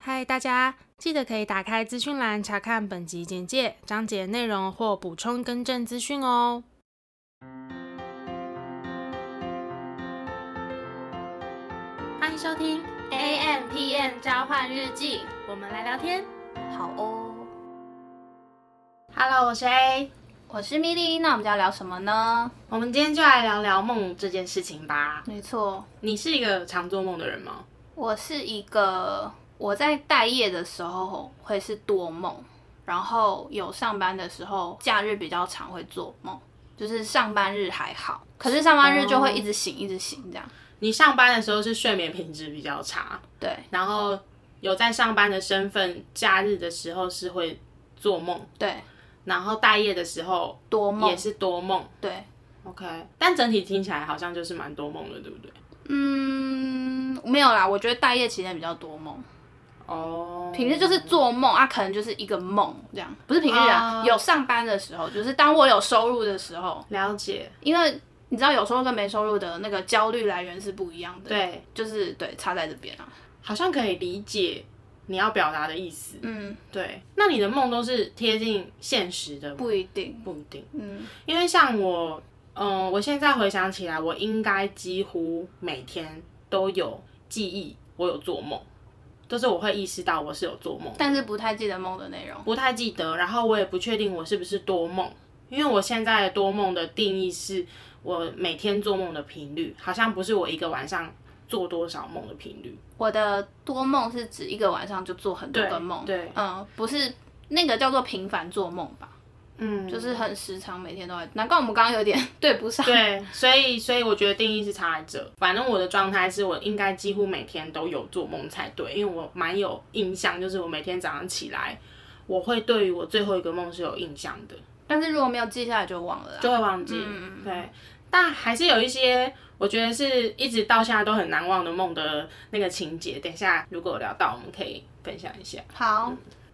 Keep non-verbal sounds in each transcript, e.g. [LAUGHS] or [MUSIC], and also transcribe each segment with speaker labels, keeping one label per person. Speaker 1: 嗨，大家记得可以打开资讯栏查看本集简介、章节内容或补充更正资讯哦。欢迎收听 A M P M 交换日记，我们来聊天。
Speaker 2: 好哦，
Speaker 1: Hello，我是 A，
Speaker 2: 我是米莉，那我们就要聊什么呢？
Speaker 1: 我们今天就来聊聊梦这件事情吧。
Speaker 2: 没错，
Speaker 1: 你是一个常做梦的人吗？
Speaker 2: 我是一个我在待业的时候会是多梦，然后有上班的时候，假日比较常会做梦，就是上班日还好，可是上班日就会一直醒，一直醒这样。
Speaker 1: 你上班的时候是睡眠品质比较差，
Speaker 2: 对
Speaker 1: 然后有在上班的身份，假日的时候是会做梦，
Speaker 2: 对，
Speaker 1: 然后待业的时候
Speaker 2: 多梦
Speaker 1: 也是多梦。
Speaker 2: 对，
Speaker 1: OK，但整体听起来好像就是蛮多梦的，对不对？
Speaker 2: 嗯，没有啦，我觉得待业期间比较多梦。
Speaker 1: 哦，
Speaker 2: 平日就是做梦啊，可能就是一个梦这样，不是平日啊
Speaker 1: 哦
Speaker 2: 有上班的时候，就是当我有收入的时候，
Speaker 1: 了解，
Speaker 2: 因为你知道有收入跟没收入的那个焦虑来源是不一样的，，
Speaker 1: 对，
Speaker 2: 就是对差在这边啊，
Speaker 1: 好像可以理解你要表达的意思。
Speaker 2: 嗯，
Speaker 1: 对，那你的梦都是贴近现实的吗？
Speaker 2: 不一定，
Speaker 1: 不一定，
Speaker 2: 嗯，
Speaker 1: 因为像我，嗯、我现在回想起来，我应该几乎每天都有记忆，我有做梦，就是我会意识到我是有做梦，
Speaker 2: 但是不太记得梦的内容，
Speaker 1: 不太记得，然后我也不确定我是不是多梦，因为我现在多梦的定义是我每天做梦的频率，好像不是我一个晚上做多少梦的频率。
Speaker 2: 我的多梦是指一个晚上就做很多个梦，
Speaker 1: 对对
Speaker 2: 嗯，不是那个叫做频繁做梦吧，
Speaker 1: 嗯，
Speaker 2: 就是很时常每天都在，难怪我们刚刚有点 [LAUGHS] 对不上，
Speaker 1: 对，所以所以我觉得定义是差在这。反正我的状态是我应该几乎每天都有做梦才对，因为我蛮有印象，就是我每天早上起来，我会对于我最后一个梦是有印象的，
Speaker 2: 但是如果没有记下来就忘了啦，啊
Speaker 1: 就会忘记。
Speaker 2: 嗯
Speaker 1: 对，但还是有一些我觉得是一直到现在都很难忘的梦的那个情节。等一下如果有聊到，我们可以分享一下。
Speaker 2: 好。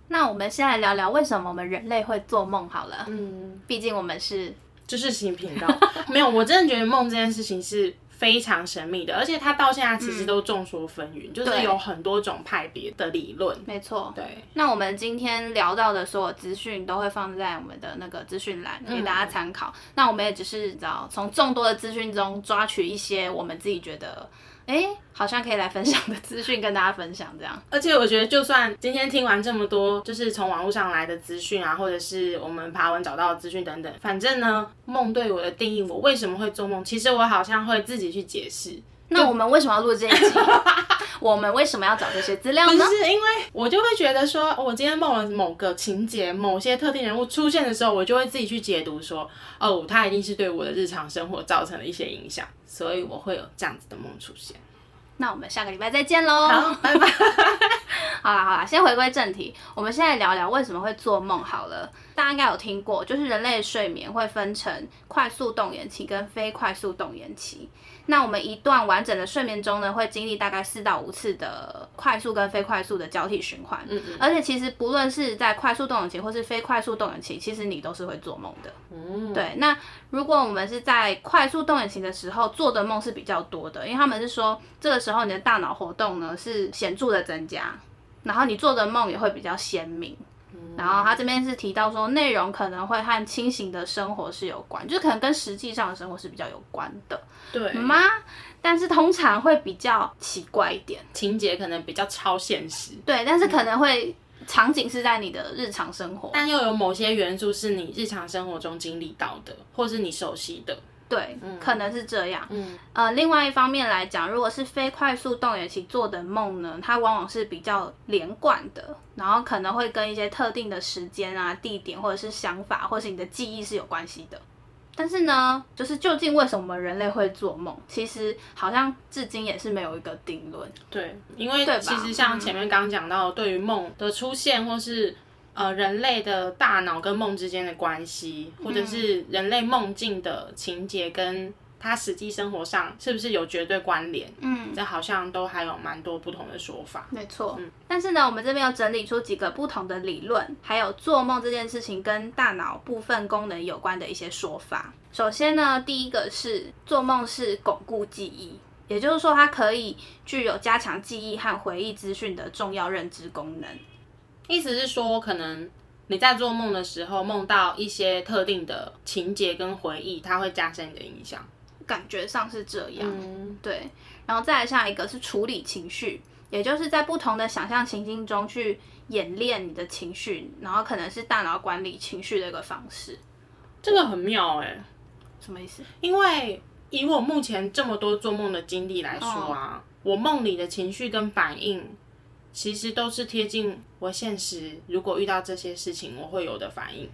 Speaker 2: 那我们先来聊聊为什么我们人类会做梦好了，
Speaker 1: 嗯，
Speaker 2: 毕竟我们是
Speaker 1: 就是新频道 [LAUGHS] 没有，我真的觉得梦这件事情是非常神秘的，而且它到现在其实都众说纷纭，就是
Speaker 2: 嗯对
Speaker 1: 有很多种派别的理论。
Speaker 2: 没错，
Speaker 1: 对，
Speaker 2: 那我们今天聊到的所有资讯都会放在我们的那个资讯栏给大家参考。那我们也只是找从众多的资讯中抓取一些我们自己觉得，哎，好像可以来分享的资讯跟大家分享。这样，
Speaker 1: 而且我觉得，就算今天听完这么多，就是从网络上来的资讯啊，或者是我们爬文找到的资讯等等，反正呢，梦对我的定义，我为什么会做梦，其实我好像会自己去解释。
Speaker 2: 那我们为什么要录这一集？我们为什么要找这些资料
Speaker 1: 不
Speaker 2: 呢？
Speaker 1: 是因为我就会觉得说，哦我今天梦了某个情节、某些特定人物出现的时候，我就会自己去解读说，哦，他一定是对我的日常生活造成了一些影响，所以我会有这样子的梦出现。
Speaker 2: 那我们下个礼拜再见喽。
Speaker 1: 好，拜拜。
Speaker 2: [LAUGHS] 好啦好啦，先回归正题，我们现在聊聊为什么会做梦好了。大家应该有听过，就是人类睡眠会分成快速动眼期跟非快速动眼期。那我们一段完整的睡眠中呢，会经历大概四到五次的快速跟非快速的交替循环。嗯嗯。而且其实不论是在快速动眼期或是非快速动眼期，其实你都是会做梦的。
Speaker 1: 嗯，
Speaker 2: 对，那如果我们是在快速动眼期的时候做的梦是比较多的，因为他们是说这个时候你的大脑活动呢是显著的增加，然后你做的梦也会比较鲜明。然后他这边是提到说，内容可能会和清醒的生活是有关，就是可能跟实际上的生活是比较有关的
Speaker 1: 对，
Speaker 2: 吗？但是通常会比较奇怪一点，
Speaker 1: 情节可能比较超现实，
Speaker 2: 对，但是可能会场景是在你的日常生活，
Speaker 1: 但又有某些元素是你日常生活中经历到的，或是你熟悉的。
Speaker 2: 对，可能是这样。
Speaker 1: 嗯，
Speaker 2: 呃，另外一方面来讲，如果是非快速动眼期做的梦呢，它往往是比较连贯的，然后可能会跟一些特定的时间啊、地点，或者是想法，或是你的记忆是有关系的。但是呢，就是究竟为什么人类会做梦，其实好像至今也是没有一个定论。
Speaker 1: 对，因为
Speaker 2: 对吧
Speaker 1: 其实像前面刚讲到，对于梦的出现，或是呃人类的大脑跟梦之间的关系，或
Speaker 2: 嗯
Speaker 1: 者是人类梦境的情节跟他实际生活上是不是有绝对关联，
Speaker 2: 嗯，
Speaker 1: 这好像都还有蛮多不同的说法。
Speaker 2: 没错。但是呢，我们这边有整理出几个不同的理论，还有做梦这件事情跟大脑部分功能有关的一些说法。首先呢，第一个是做梦是巩固记忆，也就是说，它可以具有加强记忆和回忆资讯的重要认知功能。
Speaker 1: 意思是说，可能你在做梦的时候梦到一些特定的情节跟回忆，它会加深你的印象。
Speaker 2: 感觉上是这样，
Speaker 1: 嗯
Speaker 2: 对。然后再来下一个是处理情绪，也就是在不同的想象情境中去演练你的情绪，然后可能是大脑管理情绪的一个方式。
Speaker 1: 这个很妙哎、
Speaker 2: 什么意思？
Speaker 1: 因为以我目前这么多做梦的经历来说啊，我梦里的情绪跟反应，其实都是贴近我现实。如果遇到这些事情，我会有的反应。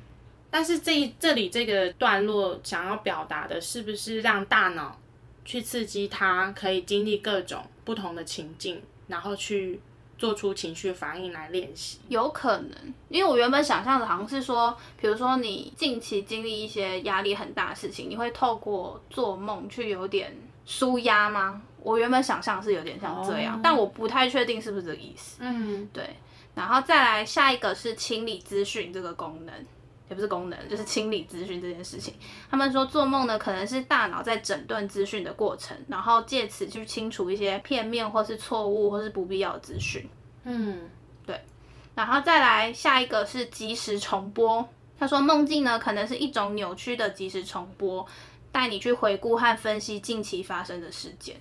Speaker 1: 但是这这里这个段落想要表达的，是不是让大脑去刺激它，可以经历各种不同的情境，然后去做出情绪反应来练习？
Speaker 2: 有可能，因为我原本想象的好像是说，比如说你近期经历一些压力很大的事情，你会透过做梦去有点舒压吗？我原本想象是有点像这样，
Speaker 1: 哦
Speaker 2: 但我不太确定是不是这个意思。
Speaker 1: 嗯，
Speaker 2: 对，然后再来下一个是清理资讯这个功能，也不是功能，就是清理资讯这件事情。他们说做梦呢，可能是大脑在整顿资讯的过程，然后借此去清除一些片面或是错误或是不必要的资讯。
Speaker 1: 嗯，
Speaker 2: 然后再来下一个是及时重播。他说梦境呢，可能是一种扭曲的及时重播，带你去回顾和分析近期发生的事件。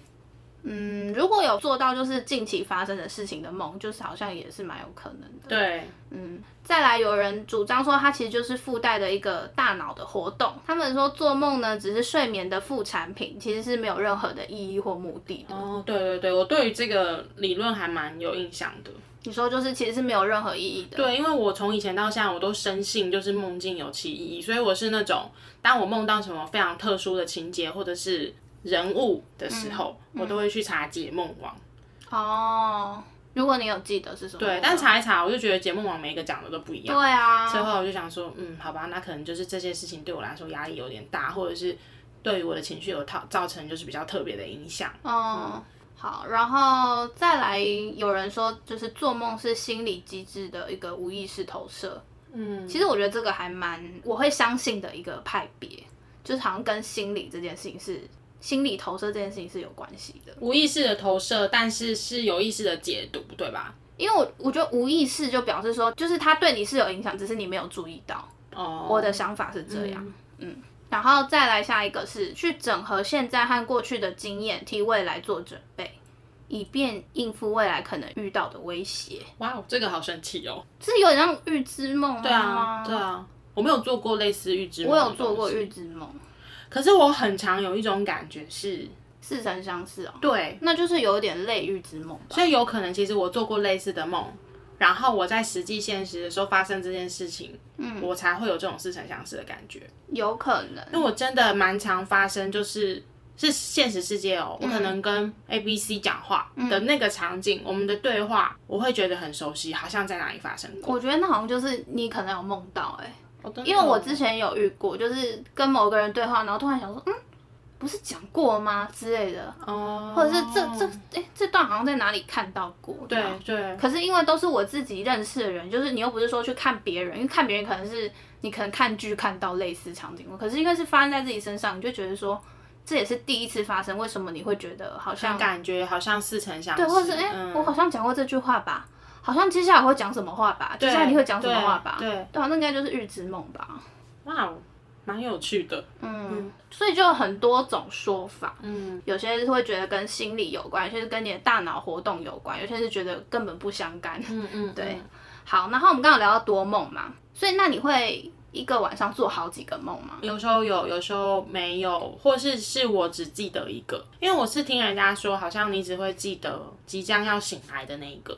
Speaker 2: 嗯，如果有做到就是近期发生的事情的梦，就是好像也是蛮有可能的。
Speaker 1: 对，
Speaker 2: 嗯，再来有人主张说，它其实就是附带的一个大脑的活动。他们说做梦呢，只是睡眠的副产品，其实是没有任何的意义或目的的。
Speaker 1: 哦，对对对，我对于这个理论还蛮有印象的。
Speaker 2: 你说就是其实是没有任何意义的。
Speaker 1: 对，因为我从以前到现在，我都深信就是梦境有其意义，所以我是那种当我梦到什么非常特殊的情节或者是人物的时候，
Speaker 2: 嗯
Speaker 1: 我都会去查解梦网。
Speaker 2: 哦，如果你有记得是什么的话，
Speaker 1: 对，但查一查，我就觉得解梦网每一个讲的都不一样。
Speaker 2: 对啊，
Speaker 1: 最后我就想说，嗯，好吧，那可能就是这些事情对我来说压力有点大，或者是对于我的情绪有造造成就是比较特别的影响。
Speaker 2: 哦，好，然后再来有人说，就是做梦是心理机制的一个无意识投射。
Speaker 1: 嗯，
Speaker 2: 其实我觉得这个还蛮我会相信的一个派别，就是好像跟心理这件事情是心理投射这件事情是有关系的。
Speaker 1: 无意识的投射，但是是有意识的解读，对吧？
Speaker 2: 因为我我觉得无意识就表示说，就是它对你是有影响，只是你没有注意到。
Speaker 1: 哦，
Speaker 2: 我的想法是这样，嗯然后再来下一个是去整合现在和过去的经验，替未来做准备，以便应付未来可能遇到的威胁。
Speaker 1: 哇哦，这个好神奇哦。
Speaker 2: 是有点像预知梦
Speaker 1: 对啊
Speaker 2: 吗，
Speaker 1: 对啊，我没有做过类似预知梦
Speaker 2: 我
Speaker 1: 的东
Speaker 2: 有
Speaker 1: 西，
Speaker 2: 做过预知梦，
Speaker 1: 可是我很常有一种感觉是，
Speaker 2: 似曾相识哦，
Speaker 1: 对，
Speaker 2: 那就是有点类预知梦吧。
Speaker 1: 所以有可能其实我做过类似的梦，然后我在实际现实的时候发生这件事情，嗯，我才会有这种似曾相识的感觉。
Speaker 2: 有可能，
Speaker 1: 因为我真的蛮常发生，就是。是现实世界哦，我可能跟 A、B、C 讲话的那个场景，我们的对话，我会觉得很熟悉，好像在哪里发生过。
Speaker 2: 我觉得那好像就是你可能有梦到哎、
Speaker 1: 因
Speaker 2: 因为我之前有遇过，就是跟某个人对话，然后突然想说，嗯，不是讲过吗之类的，
Speaker 1: 哦，
Speaker 2: 或者是这这哎、这段好像在哪里看到过，这样
Speaker 1: 对对，
Speaker 2: 可是因为都是我自己认识的人，就是你又不是说去看别人，因为看别人可能是你可能看剧看到类似场景，可是因为是发生在自己身上，你就觉得说这也是第一次发生，为什么你会觉得好像
Speaker 1: 感觉好像似曾相识，
Speaker 2: 对，或者是哎、
Speaker 1: 嗯
Speaker 2: 我好像讲过这句话吧，好像接下来会讲什么话吧，接下来你会讲什么话吧？
Speaker 1: 对对
Speaker 2: 对啊，那应该就是预知梦吧。
Speaker 1: 哇哦，蛮有趣的。
Speaker 2: 嗯，所以就有很多种说法。
Speaker 1: 嗯，
Speaker 2: 有些是会觉得跟心理有关，有些是跟你的大脑活动有关，有些是觉得根本不相干。
Speaker 1: 嗯嗯，
Speaker 2: 对，好，然后我们刚刚有聊到多梦嘛，所以那你会一个晚上做好几个梦吗？
Speaker 1: 有时候有，有时候没有，或是是我只记得一个，因为我是听人家说，好像你只会记得即将要醒来的那一个，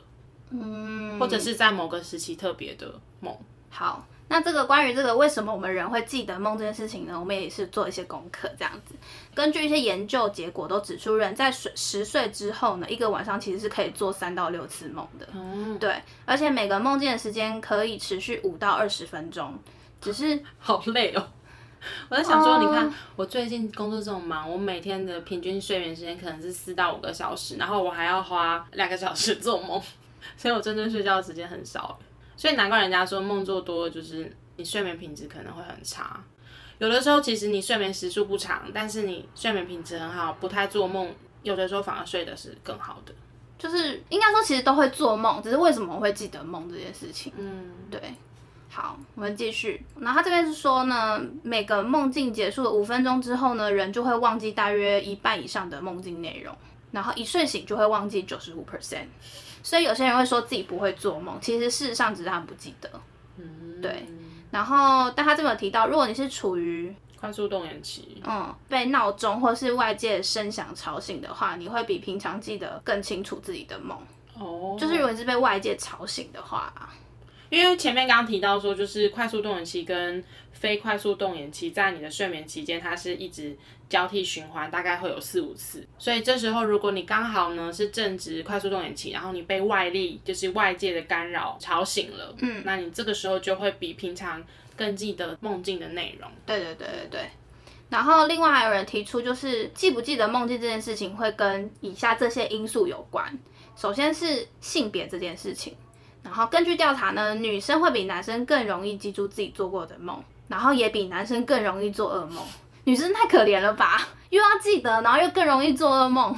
Speaker 2: 嗯，
Speaker 1: 或者是在某个时期特别的梦。
Speaker 2: 好，那这个关于这个为什么我们人会记得梦这件事情呢？我们也是做一些功课，这样子。根据一些研究结果都指出，人在十十岁之后呢，一个晚上其实是可以做三到六次梦的。
Speaker 1: 嗯，
Speaker 2: 对，而且每个梦境的时间可以持续五到二十分钟，只是
Speaker 1: [LAUGHS] 好累哦。我在想说，
Speaker 2: 哦
Speaker 1: 你看我最近工作这么忙，我每天的平均睡眠时间可能是四到五个小时，然后我还要花两个小时做梦，所以我真正睡觉的时间很少。所以难怪人家说梦做多了就是你睡眠品质可能会很差。有的时候其实你睡眠时数不长，但是你睡眠品质很好，不太做梦，有的时候反而睡得是更好的。
Speaker 2: 就是应该说其实都会做梦，只是为什么我会记得梦这件事情。
Speaker 1: 嗯，
Speaker 2: 对，好，我们继续。然后他这边是说呢，每个梦境结束的五分钟之后呢，人就会忘记大约一半以上的梦境内容，然后一睡醒就会忘记九十五 percent。所以有些人会说自己不会做梦，其实事实上只是他们不记得。
Speaker 1: 嗯，
Speaker 2: 对。然后，但他这边有提到，如果你是处于
Speaker 1: 快速动眼期，
Speaker 2: 嗯被闹钟或是外界声响吵醒的话，你会比平常记得更清楚自己的梦。
Speaker 1: 哦，
Speaker 2: 就是如果你是被外界吵醒的话，
Speaker 1: 因为前面刚刚提到说，就是快速动眼期跟非快速动眼期，在你的睡眠期间，它是一直交替循环，大概会有四五次。所以这时候，如果你刚好呢是正值快速动眼期，然后你被外力，就是外界的干扰吵醒了，嗯，那你这个时候就会比平常更记得梦境的内容。
Speaker 2: 对对对对对。然后另外还有人提出，就是记不记得梦境这件事情会跟以下这些因素有关。首先是性别这件事情，然后根据调查呢，女生会比男生更容易记住自己做过的梦，然后也比男生更容易做噩梦。女生太可怜了吧，又要记得，然后又更容易做噩梦。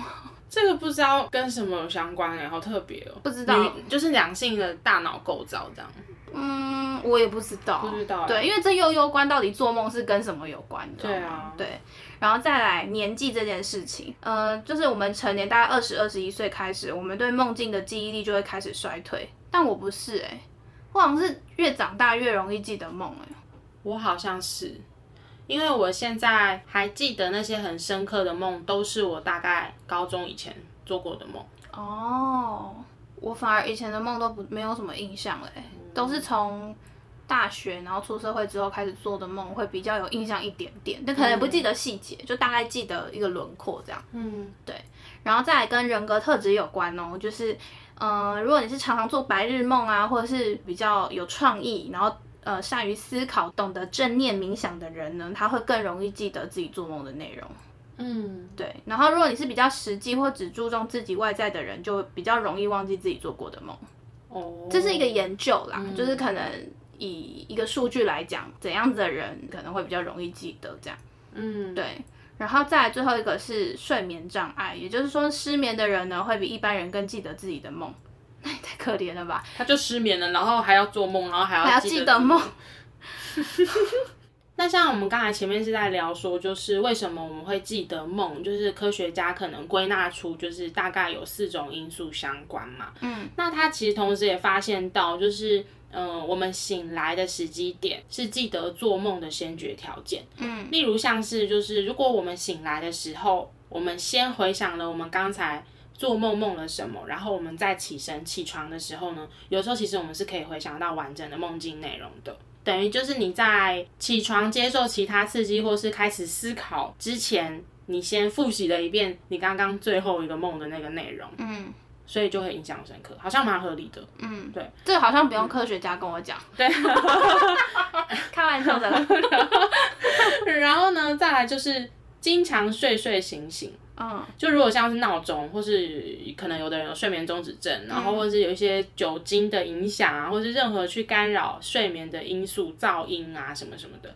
Speaker 1: 这个不知道跟什么有相关哎、好特别哦、
Speaker 2: 不知道
Speaker 1: 女就是两性的大脑构造这样。
Speaker 2: 嗯，我也不知道，
Speaker 1: 不知道欸
Speaker 2: 对，因为这又攸关到底做梦是跟什么有关的，
Speaker 1: 对啊
Speaker 2: 对，然后再来年纪这件事情，呃，就是我们成年大概二十二十一岁开始，我们对梦境的记忆力就会开始衰退，但我不是哎、我好像是越长大越容易记得梦哎、
Speaker 1: 我好像是，因为我现在还记得那些很深刻的梦，都是我大概高中以前做过的梦。
Speaker 2: 哦，我反而以前的梦都不没有什么印象嘞、都是从。大学，然后出社会之后开始做的梦会比较有印象一点点，但可能也不记得细节，就大概记得一个轮廓这样。
Speaker 1: 嗯，
Speaker 2: 然后再来跟人格特质有关哦，就是，呃，如果你是常常做白日梦啊，或者是比较有创意，然后呃善于思考、懂得正念冥想的人呢，他会更容易记得自己做梦的内容。
Speaker 1: 嗯，
Speaker 2: 对，然后如果你是比较实际或只注重自己外在的人，就比较容易忘记自己做过的梦。
Speaker 1: 哦，
Speaker 2: 这是一个研究啦，就是可能以一个数据来讲，怎样子的人可能会比较容易记得这样。
Speaker 1: 嗯，
Speaker 2: 对，然后再来最后一个是睡眠障碍，也就是说失眠的人呢，会比一般人更记得自己的梦。那也太可怜了吧？
Speaker 1: 他就失眠了，然后还要做梦，然后还要
Speaker 2: [LAUGHS] 还要
Speaker 1: 记
Speaker 2: 记得梦。
Speaker 1: 那像我们刚才前面是在聊说，就是为什么我们会记得梦，就是科学家可能归纳出就是大概有四种因素相关嘛。
Speaker 2: 嗯，
Speaker 1: 那他其实同时也发现到，就是呃，我们醒来的时机点是记得做梦的先决条件。
Speaker 2: 嗯，
Speaker 1: 例如像是就是如果我们醒来的时候，我们先回想了我们刚才。做梦梦了什么，然后我们再起身起床的时候呢，有时候其实我们是可以回想到完整的梦境内容的。等于就是你在起床接受其他刺激或是开始思考之前，你先复习了一遍你刚刚最后一个梦的那个内容，
Speaker 2: 嗯
Speaker 1: 所以就会印象深刻，好像蛮合理的。
Speaker 2: 嗯，
Speaker 1: 对，
Speaker 2: 这好像不用科学家跟我 [LAUGHS] 讲，
Speaker 1: 对，
Speaker 2: 开玩笑的。
Speaker 1: [LAUGHS] 然后呢，再来就是经常睡睡醒醒。
Speaker 2: 嗯
Speaker 1: 就如果像是闹钟，或是可能有的人有睡眠中止症，然后或是有一些酒精的影响啊，或是任何去干扰睡眠的因素、噪音啊什么什么的，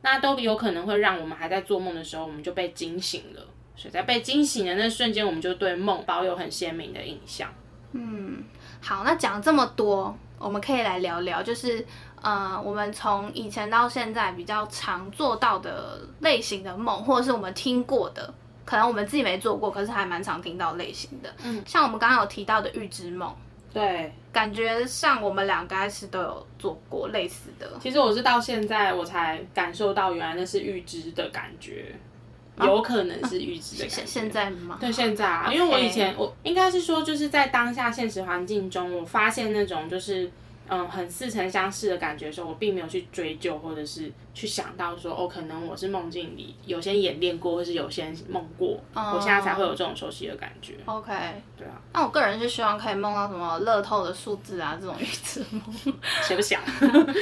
Speaker 1: 那都有可能会让我们还在做梦的时候，我们就被惊醒了。所以在被惊醒的那瞬间，我们就对梦保有很鲜明的印象。
Speaker 2: 嗯，好，那讲这么多，我们可以来聊聊，就是呃，我们从以前到现在比较常做到的类型的梦，或者是我们听过的，可能我们自己没做过，可是还蛮常听到类型的。
Speaker 1: 嗯，
Speaker 2: 像我们刚刚有提到的预知梦。
Speaker 1: 对，
Speaker 2: 感觉上我们两个还是都有做过类似的，
Speaker 1: 其实我是到现在我才感受到，原来那是预知的感觉，有可能哦是预知的感觉。
Speaker 2: 现现在吗？
Speaker 1: 对，现在啊，
Speaker 2: OK
Speaker 1: 因为我以前我应该是说，就是在当下现实环境中，我发现那种就是嗯很似曾相识的感觉的时候，我并没有去追究或者是去想到说哦，可能我是梦境里有些演练过，或是有些梦过，
Speaker 2: 哦
Speaker 1: 我现在才会有这种熟悉的感觉。
Speaker 2: OK，
Speaker 1: 对啊，
Speaker 2: 那我个人是希望可以梦到什么乐透的数字啊这种预知梦，
Speaker 1: 谁不想？
Speaker 2: [LAUGHS]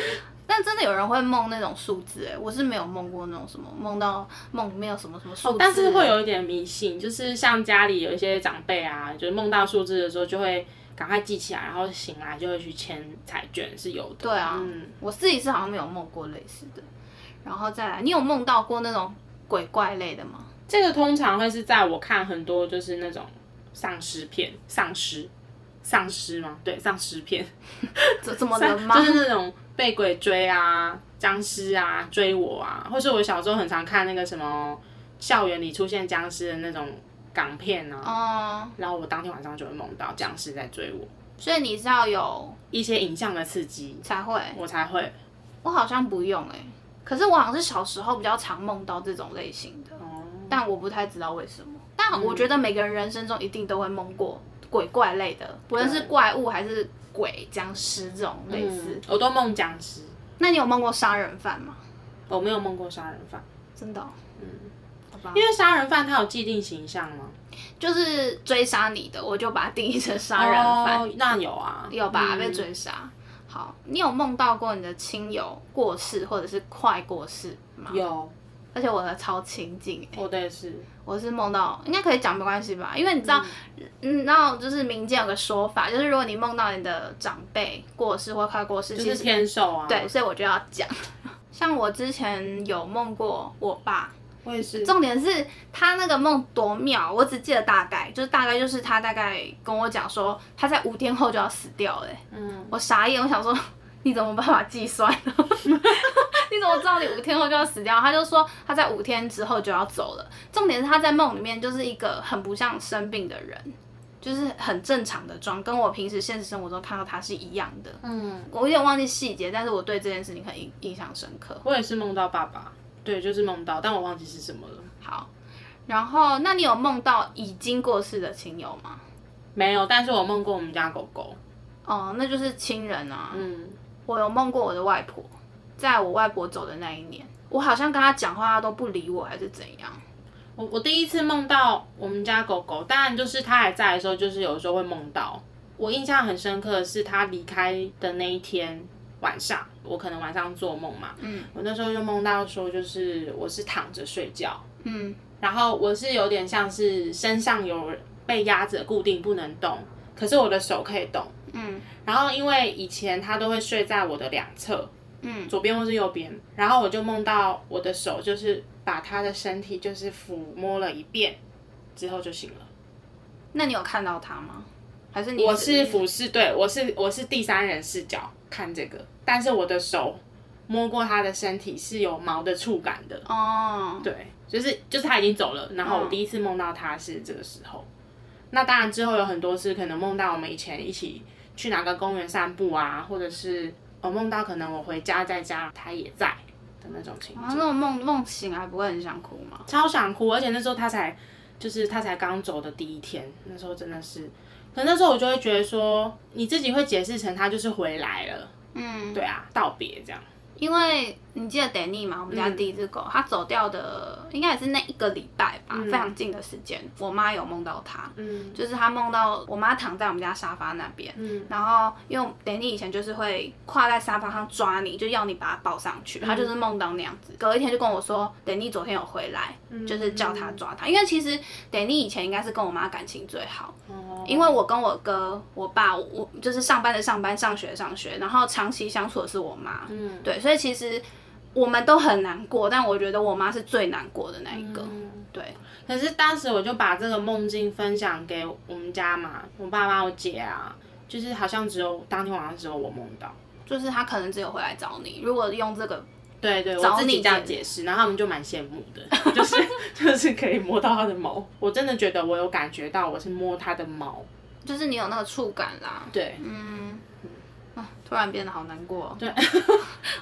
Speaker 2: 但真的有人会梦那种数字哎、我是没有梦过那种什么梦到梦没有什么什么数字、
Speaker 1: 哦但是会有一嗯点迷信，就是像家里有一些长辈啊，就是梦到数字的时候就会赶快记起来，然后醒来就会去签彩券，是有的。
Speaker 2: 对啊，
Speaker 1: 嗯，
Speaker 2: 我自己是好像没有梦过类似的，然后再来，你有梦到过那种鬼怪类的吗？
Speaker 1: 这个通常会是在我看很多就是那种丧尸片、丧尸、丧尸吗？对，丧尸片，
Speaker 2: 怎怎么
Speaker 1: 丧
Speaker 2: 了吗？
Speaker 1: [LAUGHS] 就是那种被鬼追啊、僵尸啊追我啊，或是我小时候很常看那个什么校园里出现僵尸的那种港片啊，
Speaker 2: 哦，
Speaker 1: 然后我当天晚上就会梦到僵尸在追我，
Speaker 2: 所以你是要有
Speaker 1: 一些影像的刺激，
Speaker 2: 才会，
Speaker 1: 我才会
Speaker 2: 我好像不用哎、可是我好像是小时候比较常梦到这种类型的，但我不太知道为什么。但我觉得每个人人生中一定都会梦过鬼怪类的，不论是怪物还是鬼、僵尸这种类似。
Speaker 1: 嗯我都梦僵尸，
Speaker 2: 那你有梦过杀人犯吗？
Speaker 1: 我没有梦过杀人犯，
Speaker 2: 真的、嗯，好吧，
Speaker 1: 因为杀人犯他有既定形象吗？
Speaker 2: 就是追杀你的，我就把它定义成杀人犯。
Speaker 1: 哦那有啊，
Speaker 2: 有吧？
Speaker 1: 嗯
Speaker 2: 被追杀。好，你有梦到过你的亲友过世或者是快过世吗？
Speaker 1: 嗯有，
Speaker 2: 而且我的超亲近、欸，
Speaker 1: 我的也哦是，
Speaker 2: 我是梦到，应该可以讲没关系吧？因为你知道，嗯，然后就是民间有个说法，就是如果你梦到你的长辈过世或快过世，
Speaker 1: 就
Speaker 2: 其
Speaker 1: 是
Speaker 2: 实
Speaker 1: 偏瘦啊，
Speaker 2: 对，，所以我就要讲。 [LAUGHS] 像我之前有梦过我爸，
Speaker 1: 我也是，
Speaker 2: 重点是他那个梦多妙，我只记得大概，就是大概就是他大概跟我讲说，他在五天后就要死掉了欸、
Speaker 1: 嗯，
Speaker 2: 我傻眼，我想说你怎么办法计算？ [LAUGHS] 你怎么知道你五天后就要死掉？他就说他在五天之后就要走了。重点是他在梦里面就是一个很不像生病的人，就是很正常的妆，跟我平时现实生活中看到他是一样的。
Speaker 1: 嗯，
Speaker 2: 我有点忘记细节，但是我对这件事情很印印象深刻。
Speaker 1: 我也是梦到爸爸，对，就是梦到，但我忘记是什么了，
Speaker 2: 好，然后那你有梦到已经过世的亲友吗？
Speaker 1: 没有，但是我梦过我们家狗狗，
Speaker 2: 哦，那就是亲人啊。
Speaker 1: 嗯，
Speaker 2: 我有梦过我的外婆，在我外婆走的那一年，我好像跟她讲话，她都不理我，还是怎样？
Speaker 1: 我我第一次梦到我们家狗狗，当然就是它还在的时候，就是有时候会梦到。我印象很深刻的是它离开的那一天晚上，我可能晚上做梦嘛，
Speaker 2: 嗯，
Speaker 1: 我那时候就梦到说，就是我是躺着睡觉，
Speaker 2: 嗯，
Speaker 1: 然后我是有点像是身上有被压着固定不能动，可是我的手可以动。
Speaker 2: 嗯
Speaker 1: 然后因为以前它都会睡在我的两侧，
Speaker 2: 嗯，
Speaker 1: 左边或是右边，然后我就梦到我的手就是把它的身体就是抚摸了一遍，之后就醒了。
Speaker 2: 那你有看到她吗？还是你
Speaker 1: 我
Speaker 2: 只
Speaker 1: 是俯视，对我是我是第三人视角看这个，但是我的手摸过它的身体是有毛的触感的，
Speaker 2: 哦，
Speaker 1: 对，就是就是他已经走了，然后我第一次梦到他是这个时候。那当然之后有很多次可能梦到我们以前一起去哪个公园散步啊，或者是我梦到可能我回家在家他也在的那种情
Speaker 2: 啊，
Speaker 1: 景，
Speaker 2: 那种梦梦醒来不会很想哭吗？
Speaker 1: 超想哭。而且那时候他才就是他才刚走的第一天，那时候真的是，可那时候我就会觉得说你自己会解释成他就是回来了，
Speaker 2: 嗯，
Speaker 1: 对啊，道别这样。
Speaker 2: 因为你记得 Danny 嘛，我们家
Speaker 1: 嗯
Speaker 2: 第一只狗，它、走掉的应该也是那一个礼拜吧，非常近的时间。我妈有梦到它，
Speaker 1: 嗯
Speaker 2: 就是她梦到我妈躺在我们家沙发那边，
Speaker 1: 嗯
Speaker 2: 然后因为 Danny 以前就是会跨在沙发上抓你，就要你把它抱上去，他就是梦到那样子。隔一天就跟我说，Danny 昨天有回来，就是叫他抓他。因为其实 Danny 以前应该是跟我妈感情最好，
Speaker 1: 哦，
Speaker 2: 因为我跟我哥、我爸，我就是上班的上班，上学的上学，然后长期相处的是我妈。
Speaker 1: 嗯
Speaker 2: 对，所以其实我们都很难过，但我觉得我妈是最难过的那一个。
Speaker 1: 嗯
Speaker 2: 对，
Speaker 1: 可是当时我就把这个梦境分享给我们家嘛，我爸妈、我姐啊，就是好像只有当天晚上只有我梦到。
Speaker 2: 就是她可能只有回来找你。如果用这个
Speaker 1: 对对，我
Speaker 2: 找
Speaker 1: 自己
Speaker 2: 你
Speaker 1: 这样
Speaker 2: 姐
Speaker 1: 解释，然后他们就蛮羡慕的，就是 [LAUGHS] 就是可以摸到它的毛。我真的觉得我有感觉到我是摸它的毛，
Speaker 2: 就是你有那个触感啦。
Speaker 1: 对，
Speaker 2: 嗯，啊，突然变得好难过、哦。对， [LAUGHS]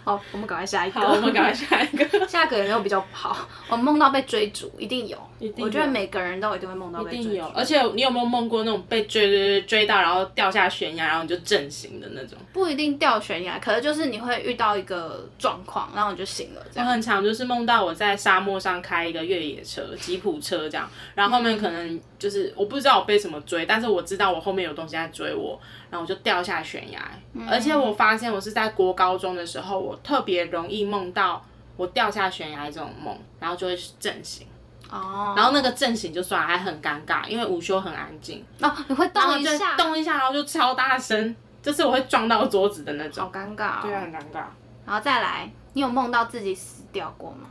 Speaker 2: 好，我们赶快下一个。
Speaker 1: 好，我们赶快下一个。
Speaker 2: [LAUGHS] 下一个有没有比较好？ [LAUGHS] 我梦到被追逐，一定有。
Speaker 1: 定有
Speaker 2: 我觉得每个人都一定会梦到
Speaker 1: [LAUGHS] 一
Speaker 2: 被
Speaker 1: 定
Speaker 2: 追
Speaker 1: 有
Speaker 2: 逐，，
Speaker 1: 而且你有没有梦过那种被追追追追到，然后掉下悬崖，然后你就震醒的那种？
Speaker 2: 不一定掉悬崖，可是就是你会遇到一个状况，然后你就醒了这
Speaker 1: 我
Speaker 2: 样。
Speaker 1: 很常就是梦到我在沙漠上开一个越野车、吉普车这样，然后后面可能就是我不知道我被什么追，但是我知道我后面有东西在追我，然后我就掉下悬崖。
Speaker 2: 嗯
Speaker 1: 而且我发现我是在国高中的时候，我特别容易梦到我掉下悬崖这种梦，然后就会震醒。
Speaker 2: 哦，
Speaker 1: 然后那个震醒就算了，还很尴尬，因为午休很安静，
Speaker 2: 哦，你会
Speaker 1: 然后
Speaker 2: 动一
Speaker 1: 就
Speaker 2: 下，
Speaker 1: 动一下，然后就超大声，就是我会撞到桌子的那
Speaker 2: 好
Speaker 1: 种，
Speaker 2: 尴尬、哦。
Speaker 1: 对，很尴尬。
Speaker 2: 然后再来，你有梦到自己死掉过吗？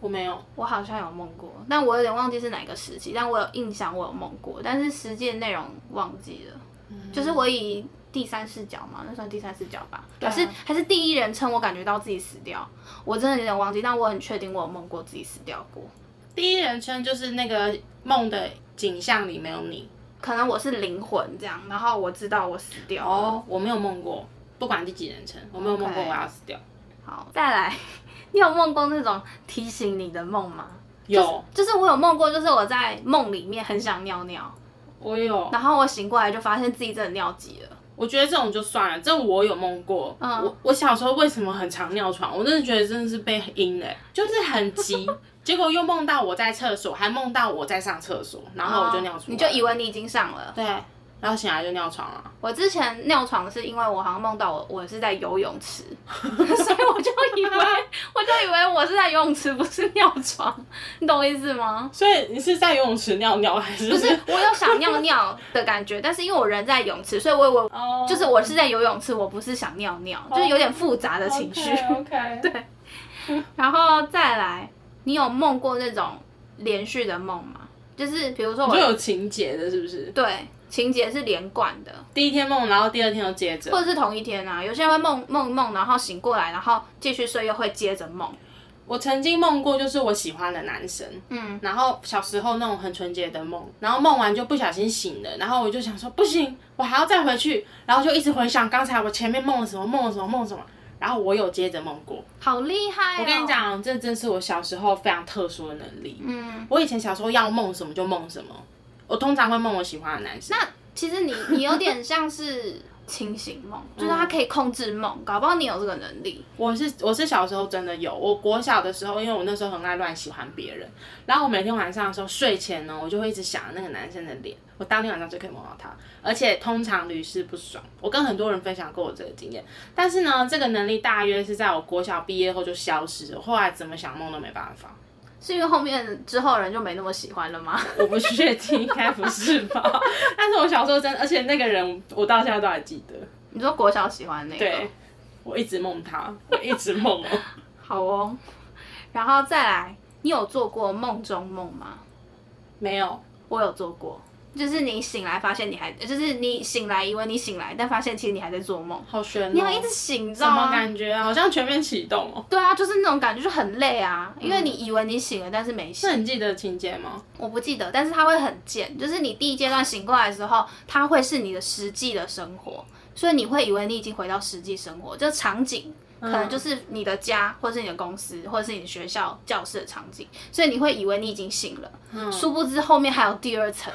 Speaker 1: 我没有，
Speaker 2: 我好像有梦过，但我有点忘记是哪个时期，但我有印象我有梦过，但是实际的内容忘记了。就是我以第三视角嘛，那算第三视角吧，
Speaker 1: 对啊
Speaker 2: 还是还是第一人称，我感觉到自己死掉，我真的有点忘记，但我很确定我有梦过自己死掉过。
Speaker 1: 第一人称就是那个梦的景象里没有你。
Speaker 2: 可能我是灵魂这样，然后我知道我死掉了。
Speaker 1: 哦，我没有梦过，不管第几人称，我没有梦过
Speaker 2: OK
Speaker 1: 我要死掉。
Speaker 2: 好，再来， [LAUGHS] 你有梦过那种提醒你的梦吗？
Speaker 1: 有，
Speaker 2: 就是我有梦过，就是我在梦里面很想尿尿，
Speaker 1: 我有。
Speaker 2: 然后我醒过来就发现自己真的尿急了。
Speaker 1: 我觉得这种就算了，这我有梦过。
Speaker 2: 嗯
Speaker 1: 我我小时候为什么很常尿床？我真的觉得真的是被阴了、就是很 [LAUGHS] 急，结果又梦到我在厕所，还梦到我在上厕所，然后我哦就尿床、
Speaker 2: 哦你就以为你已经上了。
Speaker 1: 对，然后醒来就尿床了。
Speaker 2: 我之前尿床是因为我好像梦到我我是在游泳池， [LAUGHS] 所以我就以为我就以为我是在游泳池，不是尿床，你懂我意思吗？
Speaker 1: 所以你是在游泳池尿尿还是？
Speaker 2: 不是，我有想尿尿的感觉，但是因为我人在泳池，所以我以为
Speaker 1: 哦，
Speaker 2: 就是我是在游泳池，我不是想尿尿，就是有点复杂的情绪。
Speaker 1: 哦 OK，对，
Speaker 2: 然后再来，你有梦过那种连续的梦吗？就是比如说
Speaker 1: 就
Speaker 2: 我
Speaker 1: 有情节的，是不是？
Speaker 2: 对情节是连贯的，
Speaker 1: 第一天梦，然后第二天又接着
Speaker 2: 或。者是同一天啊。有些人会梦梦梦，然后醒过来，然后继续睡，又会接着梦。
Speaker 1: 我曾经梦过，就是我喜欢的男生，
Speaker 2: 嗯，
Speaker 1: 然后小时候那种很纯洁的梦，然后梦完就不小心醒了，然后我就想说不行，我还要再回去，然后就一直回想刚才我前面梦了什么，梦了什么，梦了什么，然后我有接着梦过。
Speaker 2: 好厉害、
Speaker 1: 我
Speaker 2: 哦
Speaker 1: 跟你，讲，这真是我小时候非常特殊的能力。
Speaker 2: 嗯，
Speaker 1: 我以前小时候要梦什么就梦什么，我通常会梦我喜欢的男生。
Speaker 2: 那其实你你有点像是清醒梦，就是它可以控制梦，搞不好你有这个能力。
Speaker 1: 我是我是小时候真的有，我国小的时候，因为我那时候很爱乱喜欢别人，然后我每天晚上的时候睡前呢，我就会一直想那个男生的脸，我当天晚上就可以梦到他，而且通常屡试不爽。我跟很多人分享过我这个经验，但是呢，这个能力大约是在我国小毕业后就消失了，后来怎么想梦都没办法。
Speaker 2: 是因为后面之后人就没那么喜欢了吗？ [LAUGHS]
Speaker 1: 我不确定，应该不是吧？但是我小时候真的，而且那个人我到现在都还记得，
Speaker 2: 你说国小喜欢那个，
Speaker 1: 对我一直梦他，我一直梦哦。
Speaker 2: 好哦。然后再来，你有做过梦中梦吗？
Speaker 1: [LAUGHS] 没有，
Speaker 2: 我有做过，就是你醒来发现你还，就是你醒来以为你醒来，但发现其实你还在做梦，
Speaker 1: 好悬、哦。
Speaker 2: 你要一直醒，你知
Speaker 1: 什
Speaker 2: 道
Speaker 1: 么
Speaker 2: 吗？
Speaker 1: 感觉啊？好像全面启动哦。
Speaker 2: 对啊，就是那种感觉就很累啊，因为你以为你醒了，但是没醒。
Speaker 1: 是你记得情节吗？
Speaker 2: 我不记得，但是它会很贱，就是你第一阶段醒过来的时候，它会是你的实际的生活，所以你会以为你已经回到实际生活，这场景可能就是你的家，或是你的公司，或是你的学校教室的场景，所以你会以为你已经醒了，殊不知后面还有第二层，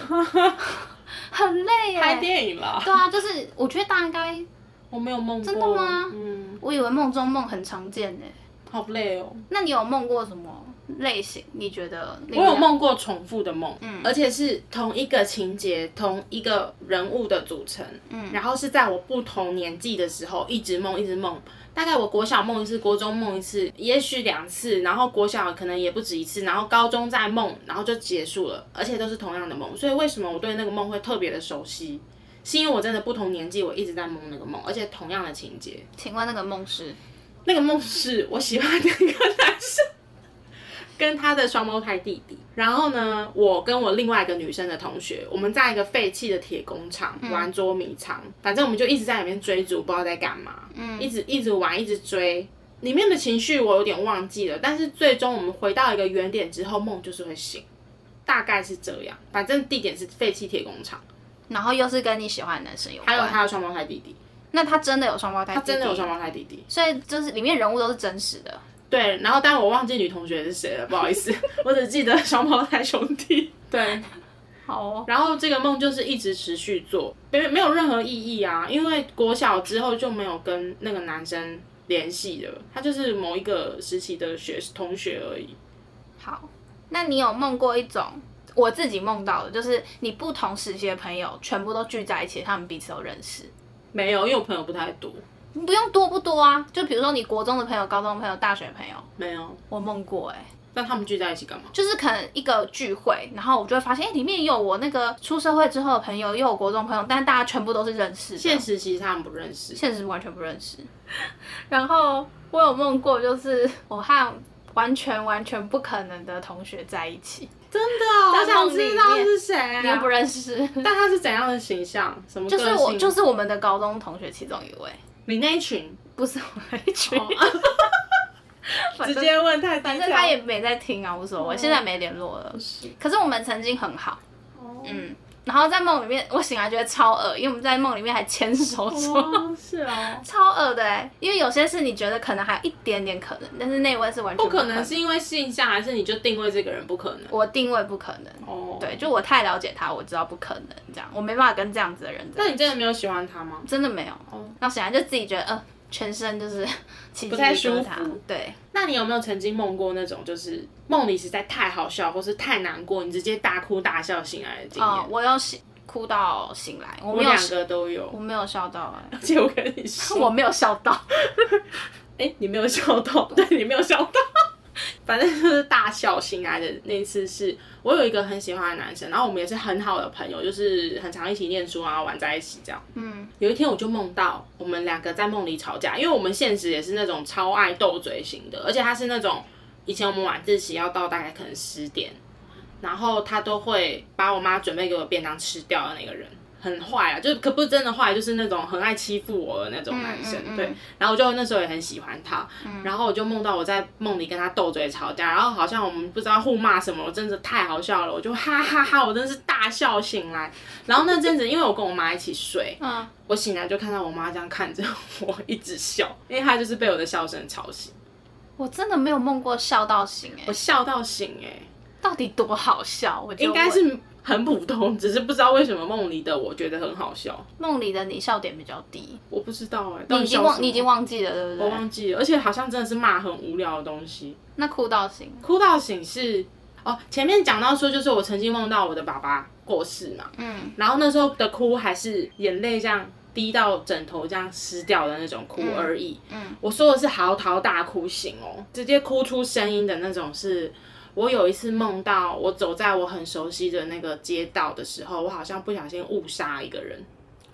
Speaker 2: 很累耶、
Speaker 1: 拍电影啦，
Speaker 2: 对啊，就是我觉得大家应该，
Speaker 1: 我没有梦过。真
Speaker 2: 的吗
Speaker 1: 嗯，
Speaker 2: 我以为梦中梦很常见呢、
Speaker 1: 好累哦。
Speaker 2: 那你有梦过什么类型？你觉得
Speaker 1: 我有梦过重复的梦，而且是同一个情节、同一个人物的组成，嗯，然后是在我不同年纪的时候一直梦，一直梦。大概我国小梦一次，国中梦一次，也许两次，然后国小可能也不止一次，然后高中再梦，然后就结束了，而且都是同样的梦。所以为什么我对那个梦会特别的熟悉？是因为我真的不同年纪，我一直在梦那个梦，而且同样的情节。
Speaker 2: 请问那个梦是？
Speaker 1: 那个梦是我喜欢的一个男生，跟他的双胞胎弟弟。然后呢，我跟我另外一个女生的同学，我们在一个废弃的铁工厂玩捉迷藏，反正我们就一直在里面追逐，不知道在干嘛，嗯，一直一直玩，一直追。里面的情绪我有点忘记了，但是最终我们回到一个原点之后，梦就是会醒，大概是这样。反正地点是废弃铁工厂，
Speaker 2: 然后又是跟你喜欢的男生有关。
Speaker 1: 还有他的双胞胎弟弟，
Speaker 2: 那他真的有双胞胎弟
Speaker 1: 他
Speaker 2: 弟
Speaker 1: 真的有双胞胎弟弟。
Speaker 2: 所以就是里面人物都是真实的。
Speaker 1: 对，然后但我忘记女同学是谁 [LAUGHS] 了，不好意思，我只记得双胞胎兄弟。对，
Speaker 2: 好哦，
Speaker 1: 然后这个梦就是一直持续做，没没有任何意义啊，因为国小之后就没有跟那个男生联系了，他就是某一个时期的学同学而已。
Speaker 2: 好，那你有梦过一种我自己梦到的，就是你不同时期的朋友全部都聚在一起，他们彼此都认识，
Speaker 1: 没有，因为我朋友不太多，
Speaker 2: 不用多不多啊。就比如说你国中的朋友、高中的朋友、大学的朋友，
Speaker 1: 没有。
Speaker 2: 我梦过哎、
Speaker 1: 那他们聚在一起干嘛？
Speaker 2: 就是可能一个聚会，然后我就会发现，哎、里面也有我那个出社会之后的朋友，也有我国中朋友，但大家全部都是认识的。
Speaker 1: 现实其实他们不认识。
Speaker 2: [LAUGHS] 现实完全不认识。然后我有梦过，就是我和完全完全不可能的同学在一起，
Speaker 1: 真的哦，我
Speaker 2: 在
Speaker 1: 想
Speaker 2: 梦里
Speaker 1: 知道
Speaker 2: 面
Speaker 1: 是谁啊、
Speaker 2: [LAUGHS] 你又不认识，
Speaker 1: 但他是怎样的形象？什么
Speaker 2: 就
Speaker 1: 个
Speaker 2: 是
Speaker 1: 性？
Speaker 2: 我就是我们的高中同学其中一位，哦
Speaker 1: 你那一 [LAUGHS] 群，
Speaker 2: [LAUGHS] 不是我那一群，反
Speaker 1: 直
Speaker 2: 正
Speaker 1: 接问太低
Speaker 2: 反正
Speaker 1: 调
Speaker 2: [LAUGHS] 他也没在听啊，无所谓，现在没联络了。可是我们曾经很好，
Speaker 1: 嗯，
Speaker 2: 嗯，然后在梦里面，我醒来觉得超恶，因为我们在梦里面还牵手说。
Speaker 1: 哦，是哦。
Speaker 2: 超恶的哎、因为有些是你觉得可能还有一点点可能，但是那位是完全
Speaker 1: 不
Speaker 2: 可
Speaker 1: 可能是因为性向，还是你就定位这个人不可能？
Speaker 2: 我定位不可能。
Speaker 1: 哦，
Speaker 2: 对，就我太了解他，我知道不可能这样，我没办法跟这样子的人
Speaker 1: 那
Speaker 2: 在一起。
Speaker 1: 你真的没有喜欢他吗？
Speaker 2: 真的没有，
Speaker 1: 哦
Speaker 2: 然后显然就自己觉得，呃，全身就是 [LAUGHS] 起
Speaker 1: 不太
Speaker 2: 鸡皮疙
Speaker 1: 舒
Speaker 2: 瘩
Speaker 1: 服
Speaker 2: 对，
Speaker 1: 那你有没有曾经梦过那种，就是梦里实在太好笑，或是太难过，你直接大哭大笑醒来的经验？
Speaker 2: 哦、我有醒哭到醒来，我
Speaker 1: 我
Speaker 2: 没有
Speaker 1: 两
Speaker 2: 笑，
Speaker 1: 个都有
Speaker 2: 我，没有笑到哎、
Speaker 1: [LAUGHS] 而且我跟你说，
Speaker 2: 我没有笑到，
Speaker 1: [LAUGHS] 哎、你没有笑到， [LAUGHS] 对你没有笑到，反正就是大笑醒来的那次是，我有一个很喜欢的男生，然后我们也是很好的朋友，就是很常一起念书啊，玩在一起这样。
Speaker 2: 嗯，
Speaker 1: 有一天我就梦到我们两个在梦里吵架，因为我们现实也是那种超爱斗嘴型的，而且他是那种以前我们晚自习要到大概可能十点，然后他都会把我妈准备给我便当吃掉的那个人。很坏啊，就是可不是真的坏，就是那种很爱欺负我的那种男生，
Speaker 2: 嗯嗯嗯
Speaker 1: 对。然后我就那时候也很喜欢他，然后我就梦到我在梦里跟他斗嘴吵架，然后好像我们不知道互骂什么，我真的太好笑了，我就哈哈哈我真的是大笑醒来。然后那阵子因为我跟我妈一起睡，
Speaker 2: 嗯，
Speaker 1: 我醒来就看到我妈这样看着我， [LAUGHS] 一直笑，因为她就是被我的笑声吵醒，
Speaker 2: 我真的没有梦过笑到醒哎、
Speaker 1: 我笑到醒哎、
Speaker 2: 到底多好笑？我就
Speaker 1: 应该
Speaker 2: 问
Speaker 1: 是很普通， [LAUGHS] 只是不知道为什么梦里的我觉得很好笑，
Speaker 2: 梦里的你笑点比较低，
Speaker 1: 我不知道哎、到底
Speaker 2: 你已经
Speaker 1: 笑什
Speaker 2: 忘
Speaker 1: 么
Speaker 2: 你已经忘记了欸对不
Speaker 1: 我
Speaker 2: 对？
Speaker 1: 忘记了，而且好像真的是骂很无聊的东西，
Speaker 2: 那哭到醒，
Speaker 1: 哭到醒是哦，前面讲到说就是我曾经梦到我的爸爸过世嘛，
Speaker 2: 嗯，
Speaker 1: 然后那时候的哭还是眼泪这样滴到枕头这样湿掉的那种哭而已。
Speaker 2: 嗯嗯
Speaker 1: 我说的是嚎啕大哭型哦，直接哭出声音的那种是。我有一次梦到我走在我很熟悉的那个街道的时候，我好像不小心误杀一个人，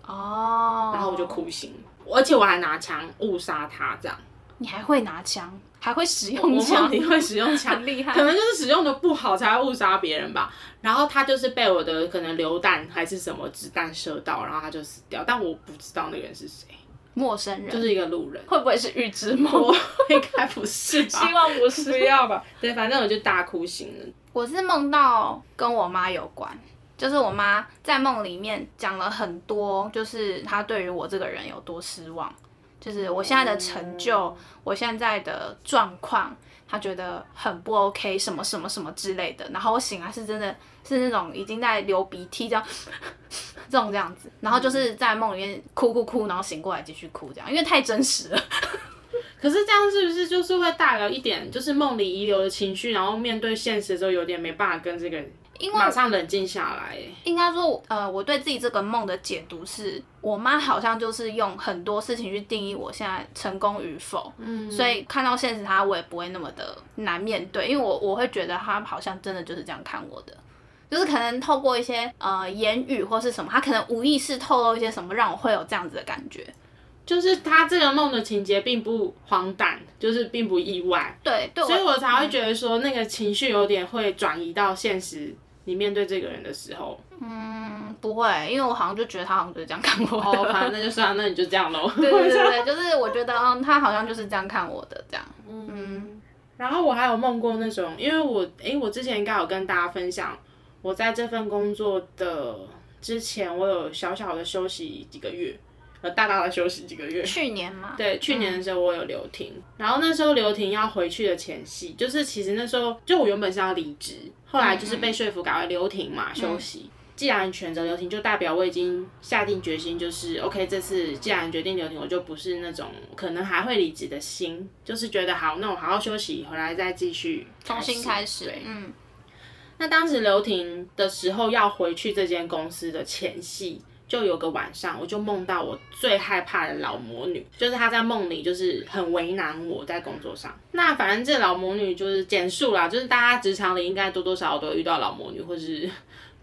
Speaker 2: 哦，
Speaker 1: 然后我就哭醒了，而且我还拿枪误杀他，这样。
Speaker 2: 你还会拿枪，还会使
Speaker 1: 我
Speaker 2: 用枪
Speaker 1: 梦，里会使用枪
Speaker 2: [LAUGHS] 很，厉害
Speaker 1: 可。能就是使用的不好才会误杀别人吧。然后他就是被我的可能流弹还是什么子弹射到，然后他就死掉。但我不知道那个人是谁，
Speaker 2: 陌生人、。
Speaker 1: 就是一个路人 [LAUGHS]
Speaker 2: 会不会是预 [LAUGHS] 知梦？
Speaker 1: 我应该不是吧？
Speaker 2: 希 [LAUGHS] 望不是。
Speaker 1: 要吧。对，反正我就大哭醒了。
Speaker 2: 我是梦到跟我妈有关，就是我妈在梦里面讲了很多，就是她对于我这个人有多失望，就是我现在的成就，我现在的状况，她觉得很不 OK，什么什么什么之类的。然后我醒来是真的是那种已经在流鼻涕这样。 [LAUGHS] 这种这样子，然后就是在梦里面哭哭哭，然后醒过来继续哭这样，因为太真实了。
Speaker 1: 可是这样是不是就是会带来一点就是梦里遗留的情绪，然后面对现实之后有点没办法跟这个人
Speaker 2: 因为
Speaker 1: 马上冷静下来？
Speaker 2: 应该说我，呃，我对自己这个梦的解读是，我妈好像就是用很多事情去定义我现在成功与否，
Speaker 1: 嗯，
Speaker 2: 所以看到现实她，我也不会那么的难面对，因为我我会觉得她好像真的就是这样看我的，就是可能透过一些呃言语或是什么，她可能无意识透露一些什么，让我会有这样子的感觉。
Speaker 1: 就是他这个梦的情节并不荒诞，就是并不意外。
Speaker 2: 对，对
Speaker 1: 所以
Speaker 2: 我
Speaker 1: 我才会觉得说，那个情绪有点会转移到现实，你面对这个人的时候。
Speaker 2: 嗯不会，因为我好像就觉得她好像就是这样看我的。 [LAUGHS]
Speaker 1: 哦，反正那就算了，那你就这样喽。 [LAUGHS]
Speaker 2: 对对对对，就是我觉得，嗯，她好像就是这样看我的这样。嗯
Speaker 1: 然后我还有梦过那种，因为我诶，我之前应该有跟大家分享，我在这份工作的之前，我有小小的休息几个月，呃，大大的休息几个月。
Speaker 2: 嗯去年嘛，嗯
Speaker 1: 对，去年的时候我有留停，然后那时候留停要回去的前夕，就是其实那时候就我原本是要离职，后来
Speaker 2: 嗯
Speaker 1: 就是被说服赶快留停嘛，休息。既然选择留停，就代表我已经下定决心，就是 OK，这次既然决定留停，我就不是那种可能还会离职的心，就是觉得好，那我好好休息，回来再继续
Speaker 2: 重新开始
Speaker 1: 对，
Speaker 2: 嗯，
Speaker 1: 那当时留停的时候要回去这间公司的前夕，就有个晚上，我就梦到我最害怕的老魔女，就是她在梦里就是很为难我在工作上。那反正这老魔女就是简述啦，就是大家职场里应该多多少少都有遇到老魔女或是 [LAUGHS]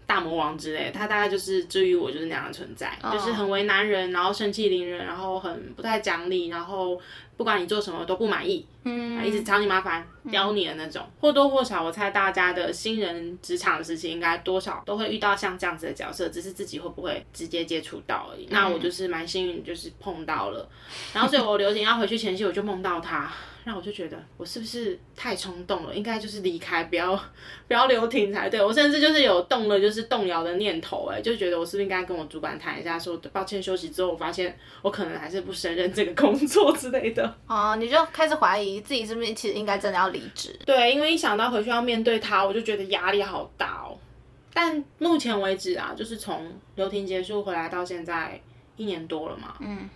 Speaker 1: 大魔王之类的，她大概就是至于我就是那样的存在，
Speaker 2: 哦
Speaker 1: 就是很为难人，然后盛气凌人，然后很不太讲理，然后不管你做什么都不满意。嗯，一直找你麻烦、刁你的那种，或多或少，我猜大家的新人职场的时期，应该多少都会遇到像这样子的角色，只是自己会不会直接接触到而已。那我就是蛮幸运，就是碰到了，然后所以我刘瑾要回去前夕，我就梦到他。那我就觉得我是不是太冲动了？应该就是离开，不要不要留停才对。我甚至就是有动了就是动摇的念头、哎，就觉得我是不是应该跟我主管谈一下说抱歉休息之后，我发现我可能还是不胜任这个工作之类的。
Speaker 3: 哦，你就开始怀疑自己是不是其实应该真的要离职。
Speaker 1: 对，因为一想到回去要面对他，我就觉得压力好大哦。但目前为止啊，就是从留停结束回来到现在一年多了嘛，嗯，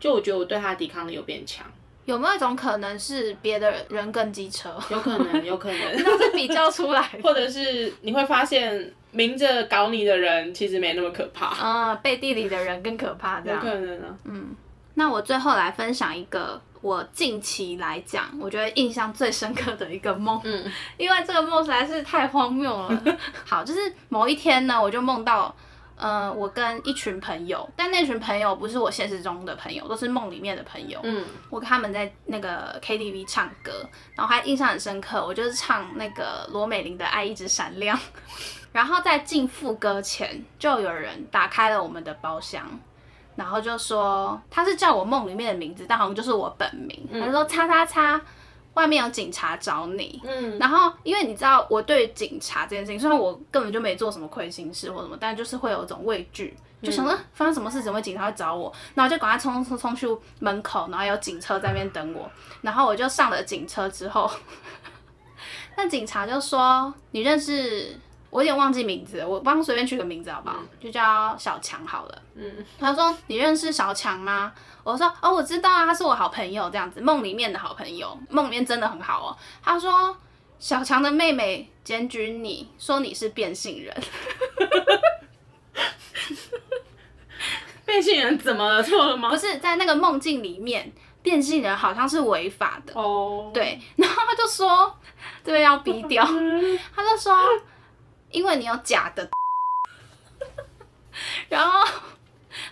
Speaker 1: 就我觉得我对他的抵抗力有变强，
Speaker 3: 有没有一种可能是别的人更机车？
Speaker 1: 有可能，有可 [LAUGHS] 能，
Speaker 3: 都是比较出来的。
Speaker 1: 或者是你会发现明着搞你的人其实没那么可怕，
Speaker 3: 啊、背地里的人更可怕，这
Speaker 1: 有
Speaker 3: 样。
Speaker 1: 可能啊，嗯，
Speaker 2: 那我最后来分享一个我近期来讲，我觉得印象最深刻的一个梦，
Speaker 1: 嗯，
Speaker 2: 因为这个梦实在是太荒谬了。
Speaker 1: [LAUGHS]
Speaker 2: 好，就是某一天呢，我就梦到，呃，我跟一群朋友，但那群朋友不是我现实中的朋友，都是梦里面的朋友。
Speaker 1: 嗯，
Speaker 2: 我跟他们在那个 KTV 唱歌，然后还印象很深刻，我就是唱那个罗美玲的《爱一直闪亮》，然后在进副歌前，就有人打开了我们的包厢。然后就说他是叫我梦里面的名字，但好像就是我本名。他就说叉叉叉，外面有警察找你。嗯，然后因为你知道我对警察这件事情，虽然我根本就没做什么亏心事或什么，但就是会有一种畏惧，就想说、啊发生什么事，怎么会警察会找我？然后就赶快冲冲冲去门口，然后有警车在那边等我。然后我就上了警车之后， [LAUGHS] 那警察就说你认识。我有点忘记名字了，我帮随便取个名字好不好？就叫小强好了。他说：“你认识小强吗？”我说：“哦，我知道啊，他是我好朋友，这样子，梦里面的好朋友，梦里面真的很好哦。”他说：“小强的妹妹检举你说你是变性人，
Speaker 1: 变性人怎么了错了吗
Speaker 2: 不？是在那个梦境里面，变性人好像是违法的。
Speaker 1: [LAUGHS] 哦，
Speaker 2: 对，然后他就说，这边要逼掉，他就说，因为你有假的，然后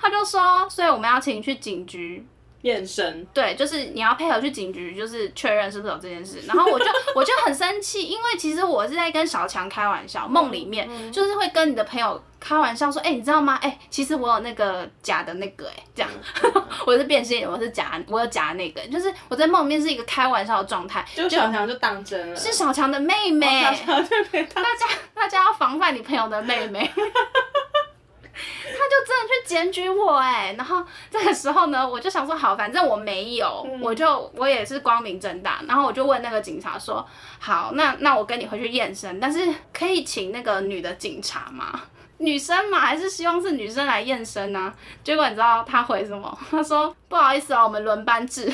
Speaker 2: 他就说，所以我们要请你去警局
Speaker 1: 变身，
Speaker 2: 对，就是你要配合去警局，就是确认是不是有这件事。然后
Speaker 1: [LAUGHS]
Speaker 2: 我就我就很生气，因为其实我是在跟小强开玩笑，梦
Speaker 1: 嗯
Speaker 2: 里面就是会跟你的朋友开玩笑说，哎、你知道吗？哎、其实我有那个假的那个、哎，这样，
Speaker 1: 嗯
Speaker 2: [LAUGHS] 我是变性人，我是假，我有假的那个，就是我在梦里面是一个开玩笑的状态，
Speaker 1: 就小强就当真了，
Speaker 2: 是小强的妹妹，
Speaker 1: 哦小强 [LAUGHS] 就被当
Speaker 2: 大家大家要防范你朋友的妹妹。 [LAUGHS] 他就真的去检举我哎、然后这个时候呢，我就想说好，反正我没有，我就我也是光明正大。然后我就问那个警察说，好，那那我跟你回去验身，但是可以请那个女的警察吗？女生嘛，还是希望是女生来验身啊。结果你知道他回什么？他说不好意思哦，我们轮班制。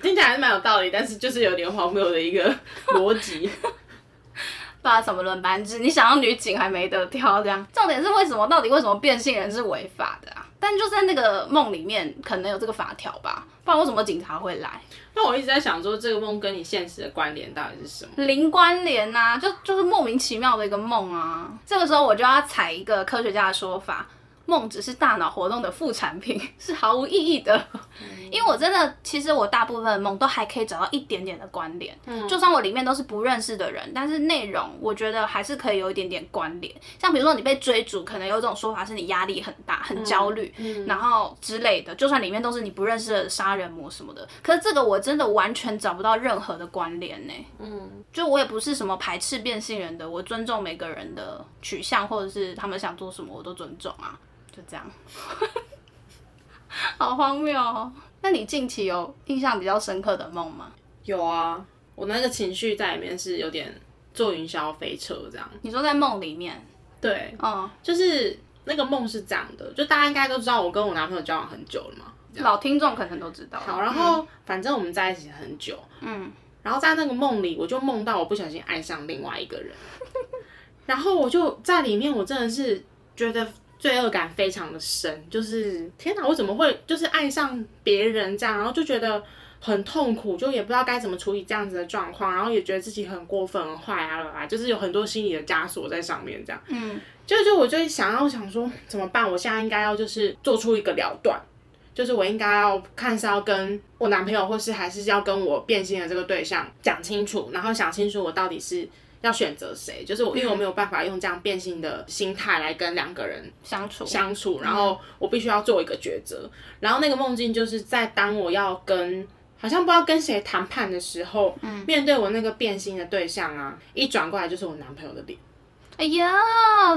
Speaker 1: 听起来还是蛮有道理，但是就是有点荒谬的一个 [LAUGHS] 逻辑。
Speaker 2: 不知道什么轮班制，你想要女警还没得挑这样。重点是为什么？到底为什么变性人是违法的啊？但就在那个梦里面，可能有这个法条吧，不然为什么警察会来？
Speaker 1: 那我一直在想说，这个梦跟你现实的关联到底是什么？
Speaker 2: 零关联呐、就就是莫名其妙的一个梦啊。这个时候我就要采一个科学家的说法，梦只是大脑活动的副产品， [LAUGHS] 是毫无意义的。
Speaker 1: 嗯
Speaker 2: 因为我真的，其实我大部分的梦都还可以找到一点点的关联，
Speaker 1: 嗯
Speaker 2: 就算我里面都是不认识的人，但是内容我觉得还是可以有一点点关联。像比如说你被追逐，可能有一种说法是你压力很大、
Speaker 1: 嗯
Speaker 2: 很焦虑，然后之类的，就算里面都是你不认识的杀人魔什么的，可是这个我真的完全找不到任何的关联呢、就我也不是什么排斥变性人的，我尊重每个人的取向或者是他们想做什么，我都尊重啊，就这样。 [LAUGHS] 好荒谬哦！那你近期有印象比较深刻的梦吗？
Speaker 1: 有啊，我那个情绪在里面是有点坐云霄飞车这样。
Speaker 2: 你说在梦里面，
Speaker 1: 对，
Speaker 2: 嗯，
Speaker 1: 就是那个梦是这样的，就大家应该都知道，我跟我男朋友交往很久了嘛。
Speaker 2: 老听众可能都知道。
Speaker 1: 好，啊然后、反正我们在一起很久，
Speaker 2: 嗯，
Speaker 1: 然后在那个梦里，我就梦到我不小心爱上另外一个人， [LAUGHS] 然后我就在里面，我真的是觉得罪恶感非常的深，就是天哪，我怎么会就是爱上别人这样，然后就觉得很痛苦，就也不知道该怎么处理这样子的状况，然后也觉得自己很过分、很坏啊，就是有很多心理的枷锁在上面这样。
Speaker 2: 嗯，
Speaker 1: 就就我就想要想说怎么办？我现在应该要就是做出一个了断，就是我应该要看是要跟我男朋友，或是还是要跟我变心的这个对象讲清楚，然后想清楚我到底是要选择谁。就是我因为我没有办法用这样变心的心态来跟两个人
Speaker 2: 相处，
Speaker 1: 相处，然后我必须要做一个抉择。然后那个梦境就是在当我要跟好像不知道跟谁谈判的时候，面对我那个变心的对象啊，一转过来就是我男朋友的脸。
Speaker 2: 哎呀，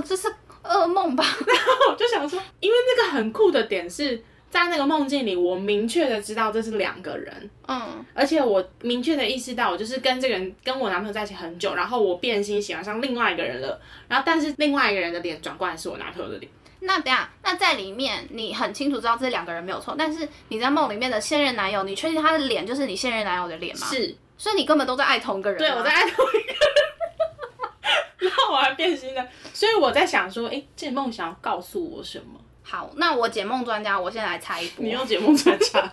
Speaker 2: 这是噩梦吧？
Speaker 1: [LAUGHS] 我就想说，因为那个很酷的点是在那个梦境里，我明确的知道这是两个人，
Speaker 2: 嗯，
Speaker 1: 而且我明确的意识到，我就是跟这个人跟我男朋友在一起很久，然后我变心喜欢上另外一个人了，然后但是另外一个人的脸转过来是我男朋友的脸，
Speaker 2: 那等一下，那在里面你很清楚知道这两个人没有错，但是你在梦里面的现任男友，你确定他的脸就是你现任男友的脸吗？，
Speaker 1: 是
Speaker 2: 所以你根本都在爱同一个人啊。
Speaker 1: 对我在爱同 [LAUGHS] 一个人，然后我还变心了，所以我在想说，哎，这梦想要告诉我什么？
Speaker 2: 好，那我解梦专家，我先来猜一波。
Speaker 1: 你用解梦专家了，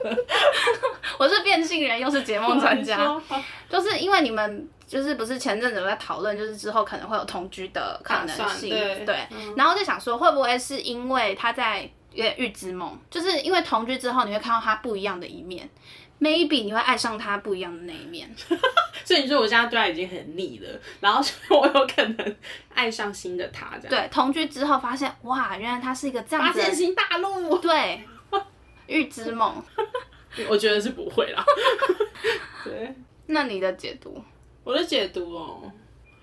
Speaker 2: 我是变性人，又是解梦专
Speaker 1: 你
Speaker 2: 家，
Speaker 1: 说好
Speaker 2: 就是因为你们就是不是前阵子有在讨论，就是之后可能会有同居的可能
Speaker 1: 打
Speaker 2: 性，
Speaker 1: 啊算对嗯
Speaker 2: 然后就想说，会不会是因为他在呃预知梦，就是因为同居之后，你会看到他不一样的一面，maybe 你会爱上他不一样的那一面。
Speaker 1: [LAUGHS] 所以你说我现在对他已经很腻了，然后所以我有可能爱上新的他，这样。
Speaker 2: 对，同居之后发现，哇，原来他是一个这样
Speaker 1: 发
Speaker 2: 子的
Speaker 1: 现新大陆，
Speaker 2: 对， [LAUGHS] 预知梦。
Speaker 1: 我觉得是不 [LAUGHS] 会啦。对，
Speaker 2: 那你的解读？
Speaker 1: 我的解读哦，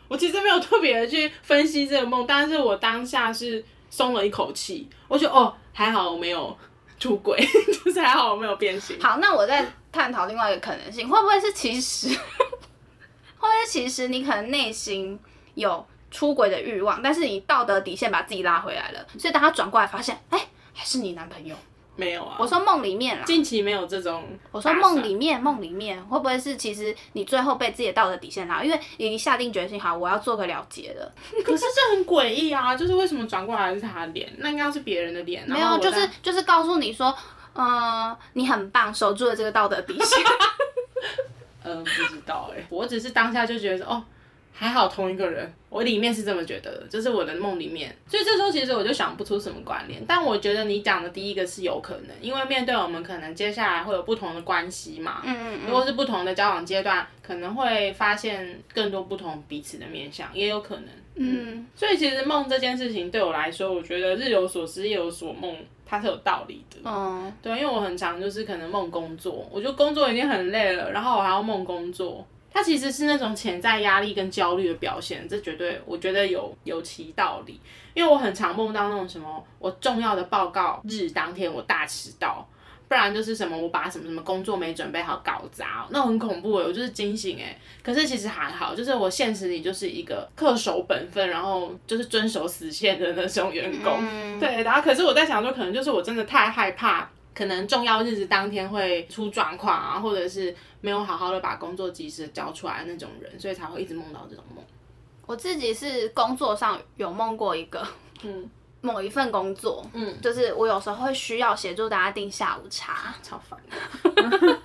Speaker 1: 我其实没有特别的去分析这个梦，但是我当下是松了一口气，我觉得哦，还好我没有出轨， [LAUGHS] 就是还好我没有变心。
Speaker 2: 好，那我再探讨另外一个可能性，会不会是其实， [LAUGHS] 会不会其实你可能内心有出轨的欲望，但是你道德底线把自己拉回来了，所以当他转过来发现，哎、还是你男朋友。
Speaker 1: 没有啊，
Speaker 2: 我说梦里面啦，
Speaker 1: 近期没有这种。
Speaker 2: 我说梦里面，梦里面会不会是其实你最后被自己的道德底线拉，因为你已经下定决心，好，我要做个了结了。
Speaker 1: 可是这很诡异啊！就是为什么转过来是他的脸？那应该是别人的脸。
Speaker 2: 没
Speaker 1: 然后
Speaker 2: 有，啊
Speaker 1: 我
Speaker 2: 就是
Speaker 1: 在
Speaker 2: 就是告诉你说，呃，你很棒，守住了这个道德底线。
Speaker 1: 呃，不知道哎、我只是当下就觉得说哦，还好同一个人，我里面是这么觉得的，就是我的梦里面。所以这时候其实我就想不出什么关联，但我觉得你讲的第一个是有可能，因为面对我们可能接下来会有不同的关系嘛，
Speaker 2: 嗯
Speaker 1: 如果是不同的交往阶段，可能会发现更多不同彼此的面相，也有可能。
Speaker 2: 嗯，
Speaker 1: 所以其实梦这件事情对我来说，我觉得日有所思，夜有所梦，它是有道理的。
Speaker 2: 嗯，
Speaker 1: 对，啊因为我很常就是可能梦工作，我就工作已经很累了，然后我还要梦工作，它其实是那种潜在压力跟焦虑的表现，这绝对我觉得有有其道理。因为我很常梦到那种什么，我重要的报告日当天我大迟到，不然就是什么我把什么什么工作没准备好搞砸，哦那很恐怖诶、欸我就是惊醒诶、可是其实还好，就是我现实里就是一个恪守本分，然后就是遵守死线的那种员
Speaker 2: 嗯
Speaker 1: 工。对，然后可是我在想说，可能就是我真的太害怕。可能重要日子当天会出状况啊，或者是没有好好的把工作及时地交出来的那种人，所以才会一直梦到这种梦。
Speaker 2: 我自己是工作上有梦过一个，
Speaker 1: 嗯，
Speaker 2: [LAUGHS] 某一份工作，
Speaker 1: 嗯，
Speaker 2: 就是我有时候会需要协助大家订下午茶，
Speaker 1: 超烦啊的。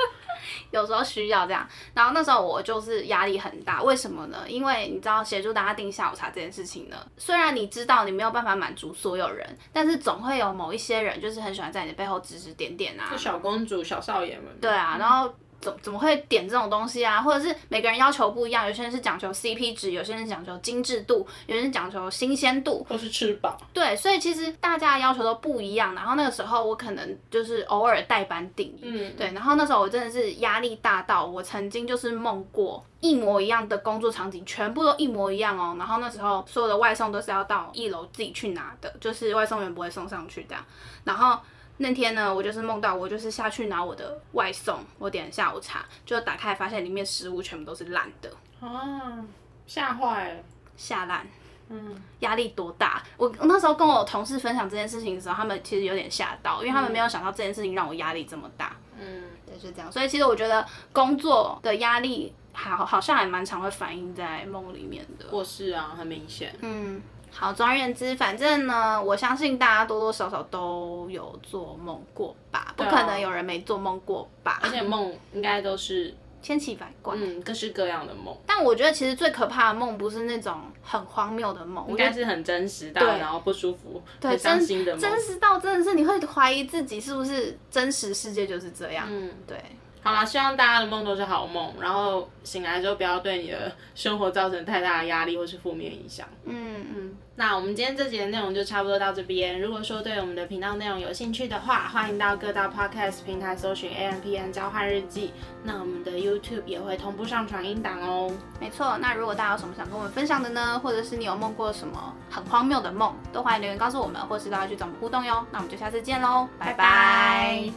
Speaker 2: 有时候需要这样。然后那时候我就是压力很大，为什么呢？因为你知道协助大家订下午茶这件事情呢，虽然你知道你没有办法满足所有人，但是总会有某一些人就是很喜欢在你的背后指指点点啊
Speaker 1: 就，嗯小公主、小少爷们。
Speaker 2: 对啊，然后怎怎么会点这种东西啊？或者是每个人要求不一样，有些人是讲求 CP 值，有些人讲求精致度，有些人讲求新鲜度，
Speaker 1: 或是吃饱，
Speaker 2: 对，所以其实大家的要求都不一样。然后那个时候我可能就是偶尔代班定义，
Speaker 1: 嗯，
Speaker 2: 对。然后那时候我真的是压力大到，我曾经就是梦过一模一样的工作场景，全部都一模一样哦。然后那时候所有的外送都是要到一楼自己去拿的，就是外送员不会送上去这样。然后那天呢，我就是梦到我就是下去拿我的外送，我点下午茶，就打开发现里面食物全部都是烂的，
Speaker 1: 啊，吓坏了，
Speaker 2: 下烂。
Speaker 1: 嗯，
Speaker 2: 压力多大。我我那时候跟我同事分享这件事情的时候，他们其实有点吓到，因为他们没有想到这件事情让我压力这么大。
Speaker 1: 嗯，
Speaker 2: 对，就这样。所以其实我觉得工作的压力好好像还蛮常会反映在梦里面的。
Speaker 1: 我是啊，很明显，
Speaker 2: 嗯，好，总而言之，反正呢，我相信大家多多少少都有做梦过吧，不
Speaker 1: 对啊
Speaker 2: 可能有人没做梦过吧？
Speaker 1: 而且梦应该都是
Speaker 2: 千奇百怪。
Speaker 1: 嗯，各式各样的梦，
Speaker 2: 但我觉得其实最可怕的梦不是那种很荒谬的梦，我
Speaker 1: 应
Speaker 2: 觉
Speaker 1: 该
Speaker 2: 得
Speaker 1: 是很真实到然后不舒服、很伤
Speaker 2: 真
Speaker 1: 心的梦
Speaker 2: 真。实到真的是你会怀疑自己是不是真实世界就是这样。
Speaker 1: 嗯，
Speaker 2: 对，
Speaker 1: 好啦，希望大家的梦都是好梦，然后醒来之后不要对你的生活造成太大的压力或是负面影响。
Speaker 2: 嗯嗯，
Speaker 1: 那我们今天这集的内容就差不多到这边。如果说对我们的频道内容有兴趣的话，欢迎到各大 podcast 平台搜寻 A M P N 交换日记。那我们的 YouTube 也会同步上传音档哦。
Speaker 2: 没错。那如果大家有什么想跟我们分享的呢，或者是你有梦过什么很荒谬的梦，都欢迎留言告诉我们，或是大家去找我们互动哟。那我们就下次见喽，拜拜